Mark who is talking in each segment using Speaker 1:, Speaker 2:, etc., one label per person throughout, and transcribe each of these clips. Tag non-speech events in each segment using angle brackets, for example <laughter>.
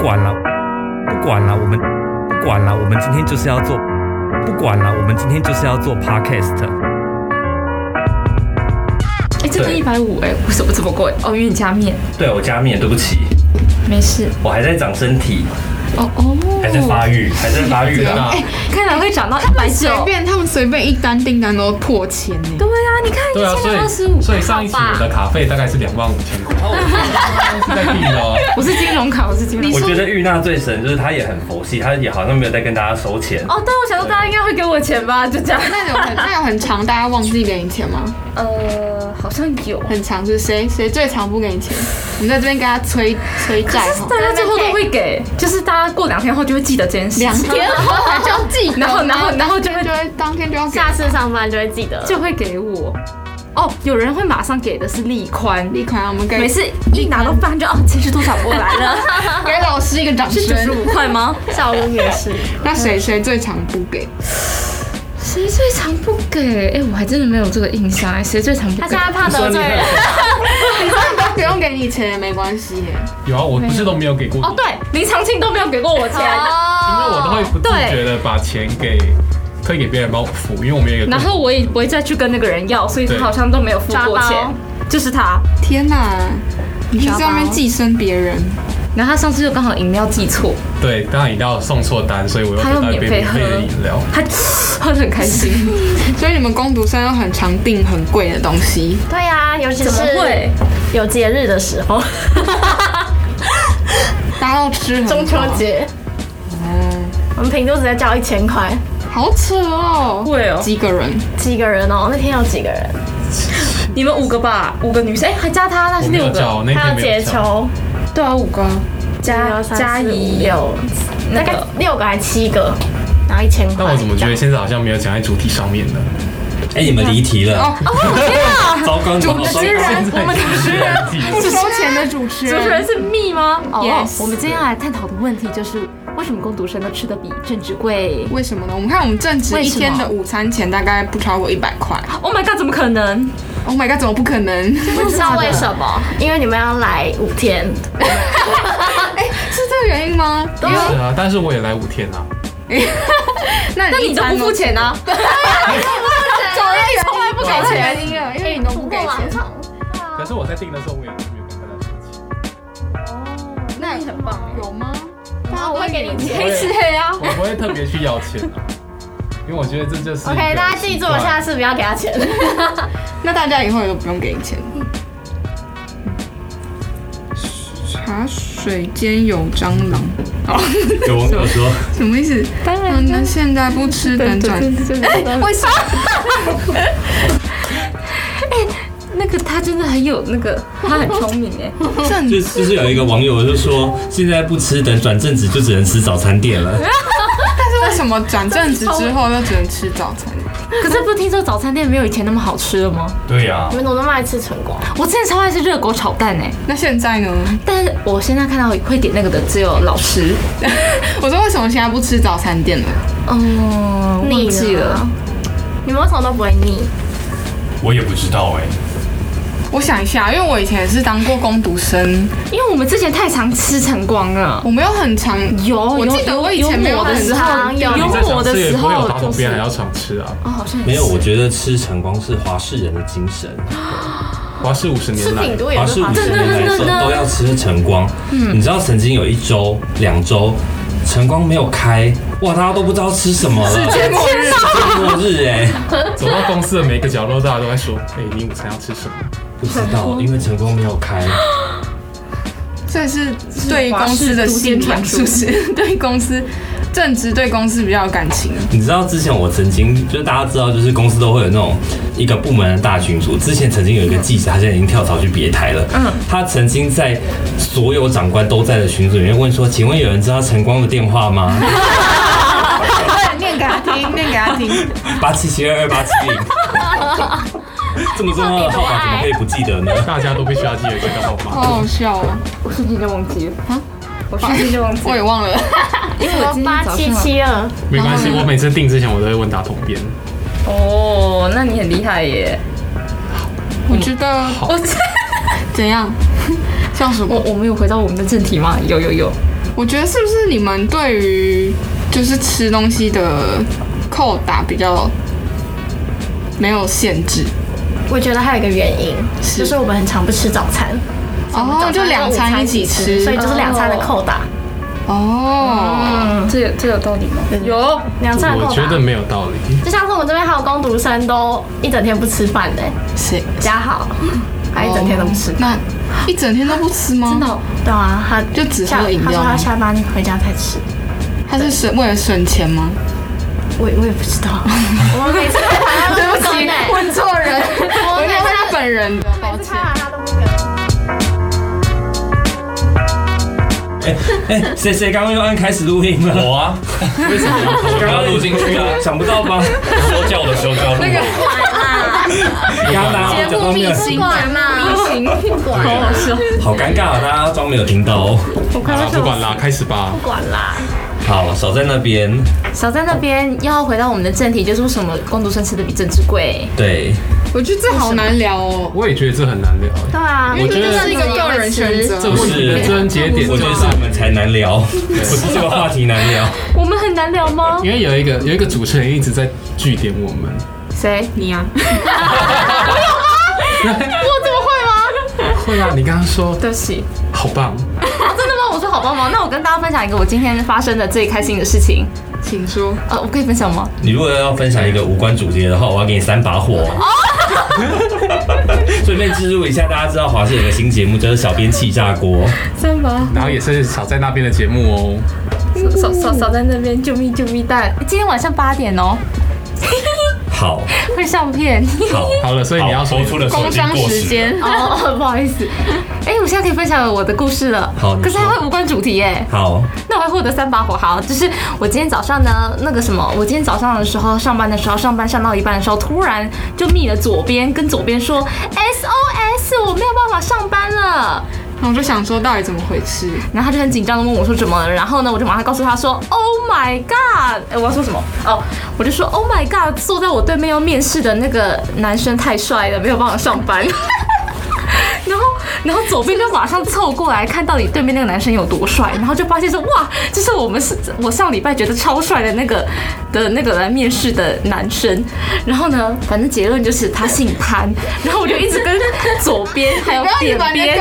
Speaker 1: 管了，不管了，我们不管了，我们今天就是要做，不管了，我们今天就是要做 podcast。
Speaker 2: 哎，这个
Speaker 1: 对
Speaker 2: 一百五哎，为什么这么贵？哦，因为你加面，
Speaker 1: 对我加面，对不起，
Speaker 2: 没事。
Speaker 1: 我还在长身体，
Speaker 2: 哦哦，
Speaker 1: 还在发育，还在发育啊。
Speaker 2: 看来会涨到一百九
Speaker 3: 随。便他们随便一单订单都破千呢、
Speaker 2: 对啊，你看
Speaker 4: 对啊，
Speaker 2: 一
Speaker 4: 所
Speaker 2: 千二十五，
Speaker 4: 以所以上一期
Speaker 2: 好
Speaker 4: 我
Speaker 2: 吧
Speaker 4: 的卡费大概是两万五千块，是在地哦。
Speaker 3: 我是金融卡，我是金融
Speaker 2: 你
Speaker 3: 卡。
Speaker 1: 我觉得玉娜最神，就是她也很佛系，她也好像没有在跟大家收钱。
Speaker 2: 哦，但我想说大家应该会给我钱吧，就这样。
Speaker 3: 那有很那有很长，大家忘记给你钱吗？
Speaker 2: 呃，好像有。
Speaker 3: 很长是谁谁最长不给你钱？我们在这边跟他催催债
Speaker 2: 但是
Speaker 3: 哈，
Speaker 2: 大家最后都会给，就是大家过两天后就会记得这件事情。
Speaker 3: 两天后还就要记 <laughs> 得，
Speaker 2: 然后然后然后就会
Speaker 3: 就会当天就要给
Speaker 5: 下次上班就会记得。
Speaker 2: 就会给我。哦，有人会马上给的是立宽，
Speaker 3: 立款，我们给
Speaker 2: 每次一拿到饭就哦，钱是多少过来 <laughs> 了？
Speaker 3: 给老师一个掌
Speaker 2: 是九十
Speaker 3: 声。
Speaker 2: 五块吗？
Speaker 5: 小吴也是，
Speaker 3: 那谁谁最长不给？ <laughs>
Speaker 2: 谁最常不给？哎、我还真的没有这个印象哎，谁最常不
Speaker 5: 他
Speaker 2: 给？
Speaker 5: 现在怕得罪人。
Speaker 3: 他不用给你钱也没关系耶。
Speaker 4: 有啊，我不是都没有给过你，
Speaker 2: 哦，对，林长庆都没有给过我钱，
Speaker 5: 哦
Speaker 4: 因为我都会不自
Speaker 2: 对
Speaker 4: 觉的把钱给推给别人帮我付，因为我们有一个
Speaker 2: 然后我也不会再去跟那个人要，所以他
Speaker 4: 对
Speaker 2: 好像都没有付过
Speaker 5: 抓
Speaker 2: 钱
Speaker 5: 包。
Speaker 2: 就是他，
Speaker 3: 天哪，你是在那边寄生别人？
Speaker 2: 然后他上次就刚好饮料记错，
Speaker 4: 对，刚刚饮料送错单，所以我又
Speaker 2: 他又
Speaker 4: 得到一杯
Speaker 2: 免
Speaker 4: 免
Speaker 2: 费
Speaker 4: 费
Speaker 2: 喝
Speaker 4: 的饮料。
Speaker 2: 他 <laughs> 喝得很开心，
Speaker 3: 所以你们工读生又很常订很贵的东西，
Speaker 5: 对啊，尤其
Speaker 2: 怎么
Speaker 5: 是
Speaker 2: 会？
Speaker 5: 有节日的时候，
Speaker 3: 大家都吃很
Speaker 5: <laughs> 中秋
Speaker 3: 饱，
Speaker 5: 节，
Speaker 3: 嗯
Speaker 5: 哎我们平都直接交一千块，
Speaker 3: 好扯哦。
Speaker 2: 会哦。
Speaker 3: 几个人？
Speaker 5: 几个人哦？那天有几个人？
Speaker 2: 你们五个吧，五个女生，哎、还加他，那
Speaker 4: 我
Speaker 2: 是
Speaker 4: 没
Speaker 2: 六
Speaker 4: 有叫，
Speaker 2: 个，
Speaker 4: 我那
Speaker 5: 还
Speaker 4: 天
Speaker 5: 有
Speaker 4: 没
Speaker 5: 结
Speaker 4: 有叫。
Speaker 5: 球，
Speaker 2: 对啊，五个加
Speaker 5: 有三
Speaker 2: 加
Speaker 5: 四五
Speaker 2: 一
Speaker 5: 六，
Speaker 2: 那
Speaker 5: 大概
Speaker 2: 个
Speaker 5: 六个还七个，然后一千块。
Speaker 4: 但我怎么觉得现在好像没有讲在主题上面呢？
Speaker 6: 哎、你们离题了。
Speaker 3: 哦
Speaker 6: 糟糕，糟糕，糟糕！
Speaker 2: 持人
Speaker 4: 现在已经是忘记了
Speaker 3: 不收钱的主持
Speaker 2: 主持人
Speaker 3: 人。
Speaker 2: 是密吗？哦
Speaker 3: Yes
Speaker 2: 我们今天要来探讨的问题就是，为什么工读生都吃的比正职贵
Speaker 3: 为什么呢？我们看我们正职
Speaker 2: 为
Speaker 3: 一
Speaker 2: 什么
Speaker 3: 天的午餐钱大概不超过一百块。
Speaker 2: ？Oh my god，怎么可能？
Speaker 3: Oh my god，怎么不可能？ <laughs> 是
Speaker 5: 不知道为什么？因为你们要来五天，
Speaker 3: 这个原因吗？因为
Speaker 4: 是啊，但是我也来五天啊。
Speaker 3: 那
Speaker 2: 那你都不付
Speaker 3: 钱，
Speaker 2: 钱啊？
Speaker 3: 总要从来不
Speaker 4: 给钱
Speaker 3: 钱，啊因为因为你都不给钱。
Speaker 5: 场。
Speaker 4: 可是我在订的时候，我也没有跟大家说钱，
Speaker 3: 那很棒，有吗？
Speaker 5: 然后我会给你钱。
Speaker 2: 黑吃黑啊！
Speaker 4: 我不会特别去要钱啊，因为我觉得这就是一个
Speaker 5: OK，大家记住，我
Speaker 4: 习惯
Speaker 5: 下次不要给他 <laughs> 钱。
Speaker 3: 那大家以后也都不用给你钱。茶水间有蟑螂，
Speaker 6: 有我我说，
Speaker 3: 什么意思？当然，那现在不吃等 <laughs> 转。
Speaker 2: <laughs> 为 <laughs> 什么？哎，那个他真的很有那个，他很聪明 <laughs> 哎。
Speaker 3: 正
Speaker 6: 就就是有一个网友就说，现在不吃，等转正职就只能吃早餐店了。
Speaker 3: 但是为什么转正职之 <laughs> 后又只能吃早餐？
Speaker 2: 可是不是听说早餐店没有以前那么好吃了吗？
Speaker 6: 对
Speaker 1: 啊
Speaker 6: 呀、
Speaker 5: 你们怎么那么爱吃唇瓜？
Speaker 2: 我之前超爱吃热狗炒蛋哎，
Speaker 3: 那现在呢？
Speaker 2: 但是我现在看到会点那个的只有老师。
Speaker 3: <laughs> 我说为什么现在不吃早餐店了？
Speaker 2: 哦，忘记
Speaker 5: 腻
Speaker 2: 了
Speaker 5: 了。你们为什么都不会腻？
Speaker 6: 我也不知道哎、
Speaker 3: 我想一下，因为我以前也是当过工读生，
Speaker 2: 因为我们之前太常吃晨光了。
Speaker 3: 我没有很常
Speaker 2: 有，
Speaker 3: 我记得我以前没有
Speaker 2: 有我的
Speaker 3: 很
Speaker 2: 时候，
Speaker 5: 常有
Speaker 2: 有
Speaker 4: 啊你在
Speaker 2: 我
Speaker 4: 想
Speaker 2: 的
Speaker 4: 吃也
Speaker 2: 时
Speaker 4: 不会有
Speaker 2: 候
Speaker 4: 打
Speaker 2: 就
Speaker 4: 桶
Speaker 2: 是
Speaker 4: 边还要常吃啊，
Speaker 2: 哦，好像也
Speaker 6: 没有，
Speaker 2: 是
Speaker 6: 我觉得吃晨光是华氏人的精神，
Speaker 4: 华氏五十
Speaker 5: 吃
Speaker 4: 年来啊
Speaker 5: 品都
Speaker 6: 华
Speaker 5: 也
Speaker 6: 氏
Speaker 5: 是
Speaker 6: 五
Speaker 5: 华
Speaker 6: 十
Speaker 5: 氏。
Speaker 6: 年来说都要吃晨光。你知道曾经有一周、两周，晨光没有开，哇，大家都不知道吃什么了。世界末日，世界末日哎、
Speaker 4: 走到公司的每一个角落，大家都在说：“哎、你午餐要吃什么
Speaker 6: 不知道，因为晨光没有开。
Speaker 3: 这是对于公司的宣传，是不是？ <laughs> 对于公司正职对公司比较有感情。
Speaker 6: 你知道之前我曾经就是大家知道，就是公司都会有那种一个部门的大群组。之前曾经有一个记者，他现在已经跳槽去别台了。嗯，他曾经在所有长官都在的群组里面问说：“请问有人知道晨光的电话吗？
Speaker 3: 念给他听，念给他听。
Speaker 6: 八七七二二八七零。”
Speaker 3: <laughs>
Speaker 6: 这么重要的号码怎么可以不记得呢？？”
Speaker 4: 大家都必须要记得这个号码。
Speaker 3: 好好笑哦！
Speaker 2: 我瞬间就忘记了。我瞬间就忘记了，
Speaker 3: 我也忘了。
Speaker 2: 因为我今
Speaker 5: 八
Speaker 2: 天早
Speaker 5: 七
Speaker 2: 上
Speaker 5: 七二，
Speaker 4: 没关系，我每次订之前我都会问打桶边。
Speaker 2: 哦，那你很厉害耶！
Speaker 3: <laughs> 我 <laughs> 觉得
Speaker 2: 我
Speaker 3: 怎样？笑什 <laughs>
Speaker 2: 我
Speaker 3: 么？
Speaker 2: 我们有回到我们的正题吗？有有有，
Speaker 3: 我觉得是不是你们对于就是吃东西的扣打比较没有限制？
Speaker 5: 我觉得还有一个原因，
Speaker 3: 是
Speaker 5: 就是我们很常不吃早餐，
Speaker 3: 哦，就两餐一起吃，
Speaker 5: 所以就是两餐的扣打。
Speaker 3: 哦，
Speaker 5: 嗯，
Speaker 7: 这这有道理吗？
Speaker 3: 有
Speaker 5: 两餐的
Speaker 4: 我
Speaker 5: 扣
Speaker 4: 觉
Speaker 5: 打
Speaker 4: 得。没有道理。
Speaker 5: 就像是我们这边还有工读生都一整天不吃饭的，
Speaker 3: 谁
Speaker 5: 嘉豪， <laughs> 他一整天都不吃。
Speaker 3: 那一整天都不吃吗？
Speaker 7: 真的哦
Speaker 5: 对啊，他
Speaker 3: 就只喝
Speaker 5: 下
Speaker 3: 饮料
Speaker 5: 他说
Speaker 3: 吗
Speaker 5: 他下班回家才吃，
Speaker 3: 他是省为了省钱吗？
Speaker 5: 我也我也不知道。我们每次都谈到
Speaker 3: 对不
Speaker 5: 这
Speaker 3: 起
Speaker 5: 个欸，
Speaker 3: 问错人，
Speaker 5: 我
Speaker 3: 我
Speaker 5: 每
Speaker 3: 应该问他
Speaker 5: 次
Speaker 3: 本人的，抱
Speaker 5: 每次
Speaker 3: 歉。
Speaker 5: 看到他都不跟。
Speaker 6: 哎、谁谁刚刚又按开始录音了？<laughs>
Speaker 4: 我啊，为什么我刚刚录进去啊？
Speaker 6: 想不到吧？
Speaker 4: 说叫我的时候就要
Speaker 6: 啊 <laughs>
Speaker 4: 录。
Speaker 6: 刚刚大家假装没有，
Speaker 5: 不管嘛，
Speaker 6: 好尴尬啊！大家装没有听到哦。
Speaker 5: 我快
Speaker 4: 好
Speaker 5: 要
Speaker 4: 啦，
Speaker 5: 笑
Speaker 4: 不管
Speaker 5: 死。
Speaker 4: 啦，开始吧。
Speaker 5: 不管啦，
Speaker 6: 好，守在那边。
Speaker 2: 少在那边要回到我们的正题，就是为什么工读生吃的比政治贵？
Speaker 6: 对，
Speaker 3: 我觉得这好难聊哦，
Speaker 4: 我也觉得这很难聊，
Speaker 5: 对啊，
Speaker 4: 我觉得
Speaker 3: 这是一个个人选择
Speaker 4: 这。问题的症结点
Speaker 6: 我
Speaker 4: 就
Speaker 6: 觉得
Speaker 4: 是
Speaker 6: 是我们才难聊，不是这个话题难聊。
Speaker 2: 我们很难聊吗？
Speaker 4: 因为有一个有一个主持人一直在据点我们，
Speaker 2: 谁？
Speaker 8: 你啊，
Speaker 4: 会啊，你刚刚说
Speaker 2: 对不起，
Speaker 4: 好棒，
Speaker 2: 真的吗？我说好棒吗？那我跟大家分享一个我今天发生的最开心的事情。
Speaker 3: 请说，
Speaker 2: 呃，我可以分享吗？
Speaker 6: 你如果要分享一个无关主题的话，我要给你三把火。 <laughs> 顺便植入一下，大家知道华视有个新节目，就是《小编气炸锅》。
Speaker 2: 三毛，
Speaker 4: 然后也是少在那边的节目哦。
Speaker 2: 少少少在那边，救命救命蛋！嗯今天晚上八点哦，
Speaker 6: 好，
Speaker 2: 会上片。
Speaker 6: 好，
Speaker 4: 好了，所以你要说
Speaker 6: 好投出的时候
Speaker 3: 工
Speaker 6: 已经
Speaker 3: 商
Speaker 6: 过
Speaker 3: 时
Speaker 6: 时了。
Speaker 3: 间，
Speaker 2: 哦，不好意思。哎、我现在可以分享我的故事了。
Speaker 6: 好你
Speaker 2: 可是
Speaker 6: 说
Speaker 2: 它会无关主题耶。
Speaker 6: 好，
Speaker 2: 那我会获得三把火。好，就是我今天早上呢，那个什么，我今天早上的时候，上班的时候，上班上到一半的时候，突然就密了左边，跟左边说 SOS，我没有办法上班了。
Speaker 3: 我就想说到底怎么回事？
Speaker 2: 然后他就很紧张的问我说怎么了，然后呢，我就马上告诉他说 Oh my god，哎我要说什么？哦，我就说 Oh my god，坐在我对面要面试的那个男生太帅了，没有办法上班。 <laughs> 然后，然后左边就马上凑过来看到底对面那个男生有多帅，然后就发现说哇，这是我们是我上礼拜觉得超帅的那个的那个来面试的男生。然后呢，反正结论就是他姓潘。然后我就一直跟左边还有点边，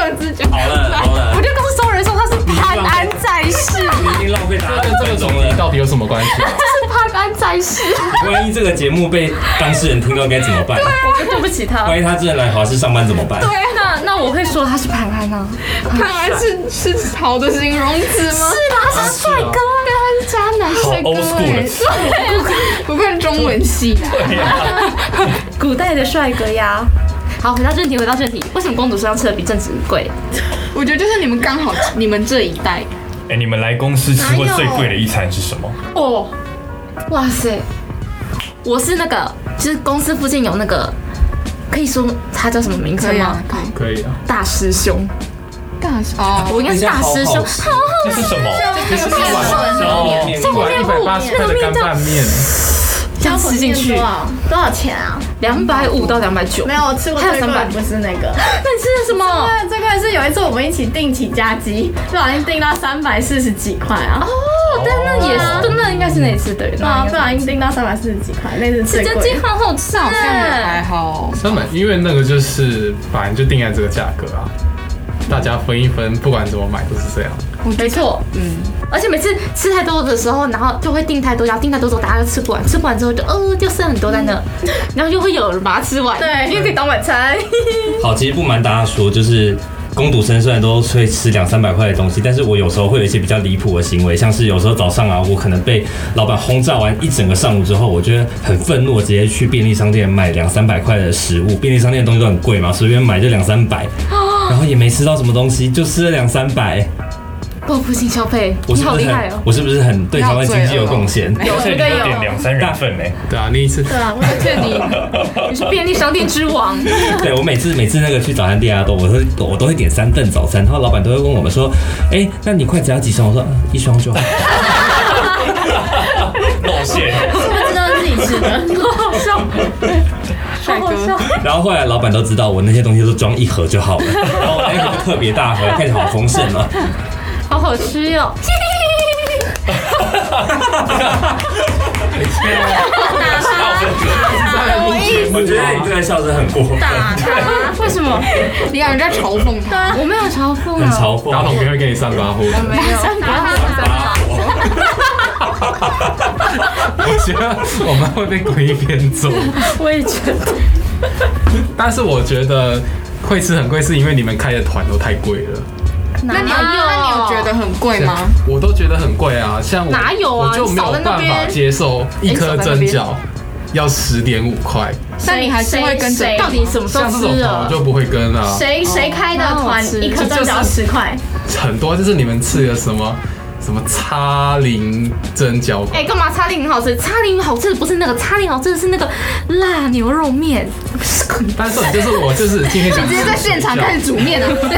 Speaker 6: 好了，好了
Speaker 2: 我，就告诉所有人说他是潘安在世，
Speaker 6: <laughs> 你已经浪费大家五
Speaker 4: 这个
Speaker 6: 分
Speaker 4: 主
Speaker 6: 钟
Speaker 4: 题
Speaker 6: 了。
Speaker 4: 到底有什么关系？
Speaker 2: 是潘安在世。
Speaker 6: 万一这个节目被当事人听到该怎么办？
Speaker 2: 我对不起他。
Speaker 6: 万一他真的来华视上班怎么办？
Speaker 2: 对，啊那那我会说他是潘安啊。
Speaker 3: 看来是是好的形容词吗？
Speaker 2: 是啦，他是帅哥啊，他是渣男
Speaker 6: 好哦 old school 的词，
Speaker 3: 不愧中文系，
Speaker 2: 古代的帅哥呀。好，回到正题，回到正题，为什么公主身上吃的比正职贵？
Speaker 3: 我觉得就是你们刚好你们这一代
Speaker 9: 哎，你们来公司吃过最贵的一餐是什么？
Speaker 3: 哦，
Speaker 7: 哇塞，
Speaker 2: 我是那个，就是公司附近有那个，可以说他叫什么名
Speaker 3: 可
Speaker 2: 称
Speaker 3: 以
Speaker 2: 吗
Speaker 3: 啊？，可以。
Speaker 4: 可以啊，
Speaker 2: 大师兄，
Speaker 3: 大学哦，
Speaker 2: 我应该是大师
Speaker 6: 好
Speaker 2: 兄
Speaker 6: 好。吃
Speaker 9: 这是什么？
Speaker 6: 然后
Speaker 4: 一百八十块的干拌面，
Speaker 2: 这样吃进去
Speaker 5: 多少多少钱啊？
Speaker 2: 两百五到两百九。
Speaker 5: <laughs> 没有，我吃过
Speaker 2: 还有
Speaker 5: 最贵的
Speaker 2: 300
Speaker 5: 不是那个，
Speaker 2: 那你吃的什么？
Speaker 5: <laughs> 对，最贵的是有一次我们一起订起家鸡，不小心订到三百四十几块啊！
Speaker 2: 哦，但那也是，那应该是那一次的。
Speaker 5: 对啊，不小心订到三百四十几块，那是最
Speaker 2: 这
Speaker 5: 贵
Speaker 2: 鸡
Speaker 5: 的。
Speaker 2: 很好吃，
Speaker 3: 这好像也
Speaker 2: 哎
Speaker 3: 还好。
Speaker 4: 三百，因为那个就是本来就定在这个价格啊，大家分一分，不管怎么买都是这样。
Speaker 2: 没错，嗯，而且每次吃太多的时候，然后就会订太多，然后订太多之后，大家都吃不完，吃不完之后就
Speaker 5: 呃
Speaker 2: 哦，就剩很多在那，然后就会有人把它吃完，
Speaker 5: 对
Speaker 2: 因为可以当晚餐。
Speaker 6: 好，其实不瞒大家说，就是。工读生虽然都会吃两三百块的东西，但是我有时候会有一些比较离谱的行为，像是有时候早上啊，我可能被老板轰炸完一整个上午之后，我觉得很愤怒，我直接去便利商店买两三百块的食物。便利商店的东西都很贵嘛，随便买就两三百，
Speaker 2: 哦
Speaker 6: 然后也没吃到什么东西，就吃了两三百。
Speaker 2: 报复性消费，
Speaker 6: 我
Speaker 2: 你
Speaker 6: 是
Speaker 2: 好
Speaker 6: 不是
Speaker 2: 厉害
Speaker 6: 很
Speaker 2: 哦，！
Speaker 6: 我是不是很对台湾经济有贡献？
Speaker 9: 而且你就点两三人份呢、
Speaker 4: 对啊，那一次
Speaker 5: 对啊，我也
Speaker 2: 对你，你是便利商店之王，
Speaker 6: <laughs> 对我每次每次那个去早餐店啊，都我会我都会点三顿早餐，然后老板都会问我们说，哎、那你筷子要几双？我说嗯一双就好。
Speaker 9: 露馅，
Speaker 5: 不知道自己吃的。
Speaker 3: 帅哥，
Speaker 6: 然后后来老板都知道我那些东西都装一盒就好了，然后我那个就特别大盒，看起来好丰盛啊。
Speaker 2: 好好吃哟、
Speaker 6: 我觉得你这个笑声很过分，
Speaker 2: 为什么？
Speaker 3: <laughs> 你让人家嘲讽他，
Speaker 2: 我没有嘲讽
Speaker 6: 很
Speaker 2: 啊，
Speaker 6: 嘲
Speaker 4: 打
Speaker 6: 讽。
Speaker 4: 桶别会给你上八呼。
Speaker 2: 嗯
Speaker 3: 没有，
Speaker 4: 我觉得我们会被诡异骗走。
Speaker 2: <laughs> 我也觉得。
Speaker 4: 但是我觉得会吃很贵，是因为你们开的团都太贵了。
Speaker 3: 那你有那你有觉得很贵吗？
Speaker 4: 我都觉得很贵啊，像我
Speaker 2: 哎哪有啊
Speaker 4: 我就没
Speaker 2: 你
Speaker 4: 有
Speaker 2: 扫在
Speaker 4: 办
Speaker 2: 那
Speaker 4: 法
Speaker 2: 边哎
Speaker 4: 接受一颗蒸饺要十点五块，
Speaker 3: 但你还是会跟着
Speaker 5: 谁谁
Speaker 2: 到底什么时候
Speaker 4: 像这
Speaker 2: 吃
Speaker 4: 种团我
Speaker 2: 了？
Speaker 4: 就不会跟啊。
Speaker 5: 谁谁开的团
Speaker 2: 那我吃
Speaker 5: 一颗
Speaker 4: 这
Speaker 5: 蛋
Speaker 4: 就是
Speaker 5: 只要十块？
Speaker 4: 很多就是你们吃的什么什么叉零蒸饺，
Speaker 2: 哎，干嘛叉零很好吃？叉零好吃的不是那个，叉零好吃的是那个辣牛肉面。
Speaker 4: 但是就是我就是今天想直接在现场看。
Speaker 3: 煮面的，
Speaker 2: 你刚在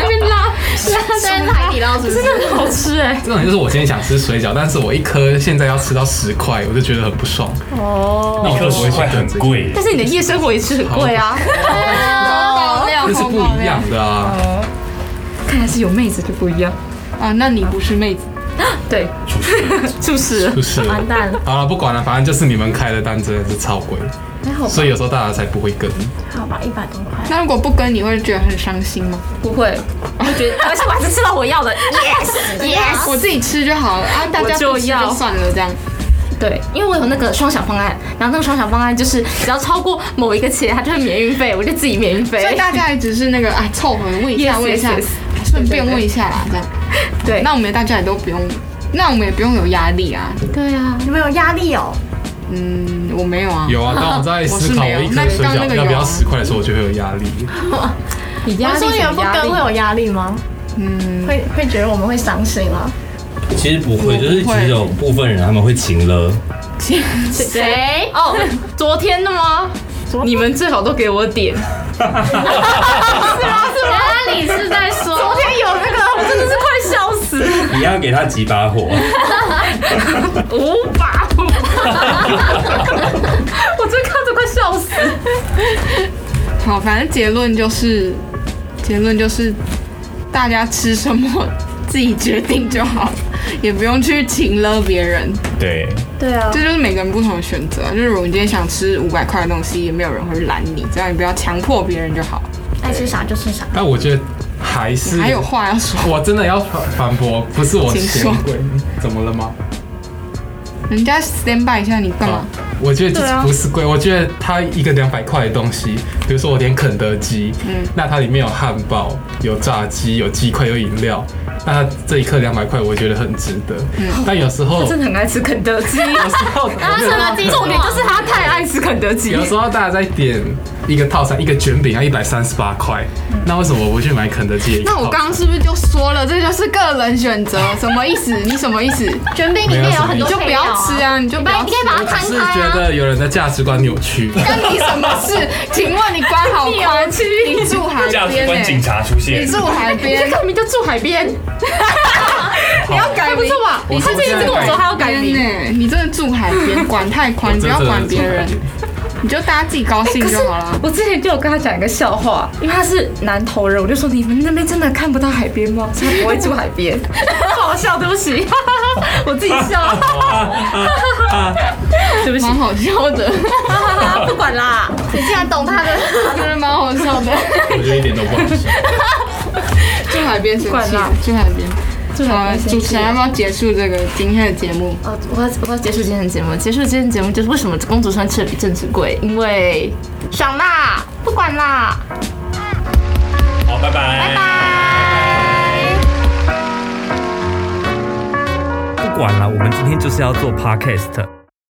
Speaker 2: 那边拉拉
Speaker 5: 现在海底捞是不是？
Speaker 2: 真的很好吃哎。
Speaker 4: 这种就是我今天想吃水饺，但是我一颗现在要吃到十块，我就觉得很不爽。
Speaker 2: 哦，
Speaker 9: 一颗十块很贵，
Speaker 2: 但是你的夜生活也是很贵啊，
Speaker 3: 爆料
Speaker 4: 这是
Speaker 3: 爆
Speaker 4: 不
Speaker 3: 料
Speaker 4: 一样的啊！
Speaker 2: 看来是有妹子就不一样。
Speaker 3: 啊！那你不是妹子，
Speaker 2: 对，
Speaker 9: 出事了
Speaker 2: 出事了
Speaker 4: 不，是
Speaker 2: 完蛋了。
Speaker 4: 好了，不管了，反正就是你们开的单真的是超贵，所以有时候大家才不会跟。
Speaker 5: 好吧，一百多块。
Speaker 3: 那如果不跟你会觉得很伤心吗？
Speaker 2: 不会，我觉得，而且我还是吃到我 <laughs> 要的。Yes yes。
Speaker 3: 我自己吃就好了啊，大家不
Speaker 2: 我
Speaker 3: 吃
Speaker 2: 就
Speaker 3: 就
Speaker 2: 要
Speaker 3: 算了这样。
Speaker 2: 对，因为我有那个双享方案，然后那个双享方案就是只要超过某一个钱，它就会免运费，我就自己免运
Speaker 3: 所以
Speaker 2: 费。
Speaker 3: 大家也只是那个哎凑合问一下
Speaker 2: 哎 Yes, 哎
Speaker 3: 问一下
Speaker 2: yes,
Speaker 3: 顺便问一下啦这样。
Speaker 2: 对
Speaker 3: 那我们大家也都不用，那我们也不用有压力啊。
Speaker 2: 对啊，
Speaker 5: 你们有压力哦？
Speaker 3: 嗯，我没有啊。
Speaker 4: 有啊，当我在思考我一颗水饺要不要十块的时候，我就会有压力。
Speaker 2: 你
Speaker 5: 我
Speaker 2: 压
Speaker 5: 说你们不跟会有压力吗？
Speaker 3: 嗯，
Speaker 5: 会会觉得我们会伤心吗？
Speaker 6: 其实不会，就是其实有部分人他们会情了，
Speaker 2: 谁？哦，昨天的吗？你们最好都给我 <laughs> 点，
Speaker 5: 那你是在说昨天有那个？
Speaker 2: 我真的是快笑死了，
Speaker 6: 你要给他几把火，
Speaker 2: 五把火，我真的看着快笑死。
Speaker 3: 好，反正结论就是，结论就是，大家吃什么自己决定就好，也不用去请了别人。
Speaker 9: 对，
Speaker 5: 对啊，
Speaker 3: 这就是每个人不同的选择。啊就是如果你今天想吃五百块的东西，也没有人会拦你，只要你不要强迫别人就好。
Speaker 5: 爱吃啥就吃啥。
Speaker 4: 但我觉得还是
Speaker 5: 嗯
Speaker 3: 你还有话要说，
Speaker 4: 我真的要反反驳，不是我嫌贵，怎么了吗？
Speaker 3: 人家 stand by 一下你干嘛？
Speaker 4: 我觉得就是不是贵，我觉得它一个两百块的东西，比如说我点肯德基，
Speaker 3: 嗯
Speaker 4: 那它里面有汉堡、有炸鸡、有鸡块、有饮料，那它这一克两百块，我觉得很值得。
Speaker 3: 嗯
Speaker 4: 但有时候，
Speaker 3: 啊
Speaker 4: 有时
Speaker 2: 真的很爱吃肯德 <laughs> 基，
Speaker 4: 候，我觉得
Speaker 2: 重点就是他太爱吃肯德基
Speaker 4: 有。时候大家在点一个套餐，一个卷饼要啊一百三十八块，那为什么我不去买肯德基的一个
Speaker 3: 嗯那
Speaker 4: 套餐？
Speaker 3: 我刚刚是不是就说了，这就是个人选择，什么意思？你什么意思？
Speaker 5: 卷饼里面有很
Speaker 3: 你
Speaker 5: 多
Speaker 3: 就不
Speaker 5: 配料
Speaker 3: 要吃！啊，你就不要
Speaker 5: 你
Speaker 3: 吃
Speaker 5: 可。以把它
Speaker 4: 我
Speaker 5: 摊
Speaker 4: 只是
Speaker 5: 开
Speaker 4: 觉
Speaker 5: 啊！
Speaker 4: 得有人的价值观扭
Speaker 9: <laughs>
Speaker 4: 曲。
Speaker 3: 关你什么事？ <laughs> 请问你管
Speaker 5: <laughs>
Speaker 3: 好宽？你住海
Speaker 9: 价值
Speaker 3: 边欸
Speaker 9: 观警
Speaker 3: 呢？
Speaker 9: 察出现
Speaker 3: 你，住海边，
Speaker 2: 根本就住海边，
Speaker 3: 你要改
Speaker 2: 还不
Speaker 3: 名
Speaker 2: 错吧？
Speaker 4: 我
Speaker 2: 他
Speaker 4: 是
Speaker 2: 这一直跟我说他要改
Speaker 3: 边
Speaker 2: 名，
Speaker 3: 呢？你真的住海
Speaker 2: <laughs>
Speaker 3: 边，管太宽，不要管别人，你就大家自己高兴
Speaker 2: 哎可是
Speaker 3: 就好了。
Speaker 2: 我之前就有跟他讲一个笑话，因为他是南投人，我就说你们那边真的看不到海边吗？他不会住海
Speaker 3: <laughs>
Speaker 2: 边，不好笑，对不起， <laughs> 我自己笑， <laughs> 对不起
Speaker 3: 蛮，好笑的，
Speaker 2: 不管啦。
Speaker 5: 你竟然懂他的，
Speaker 3: 觉得蛮好笑
Speaker 2: <laughs>
Speaker 3: 的。
Speaker 4: 我觉得一点都
Speaker 3: <laughs>
Speaker 4: 不好笑。
Speaker 3: 住海边生
Speaker 2: 管
Speaker 3: 气
Speaker 2: 啦，
Speaker 3: 住海边。好，主持人要不要结束这个今天的节目？
Speaker 2: 呃，我要我要结束今天的节目，结束今天的节目就是为什么公主穿吃的比政治贵，因为爽啦，不管啦，
Speaker 9: 好，拜拜，拜拜。
Speaker 1: 不管了，我们今天就是要做 podcast。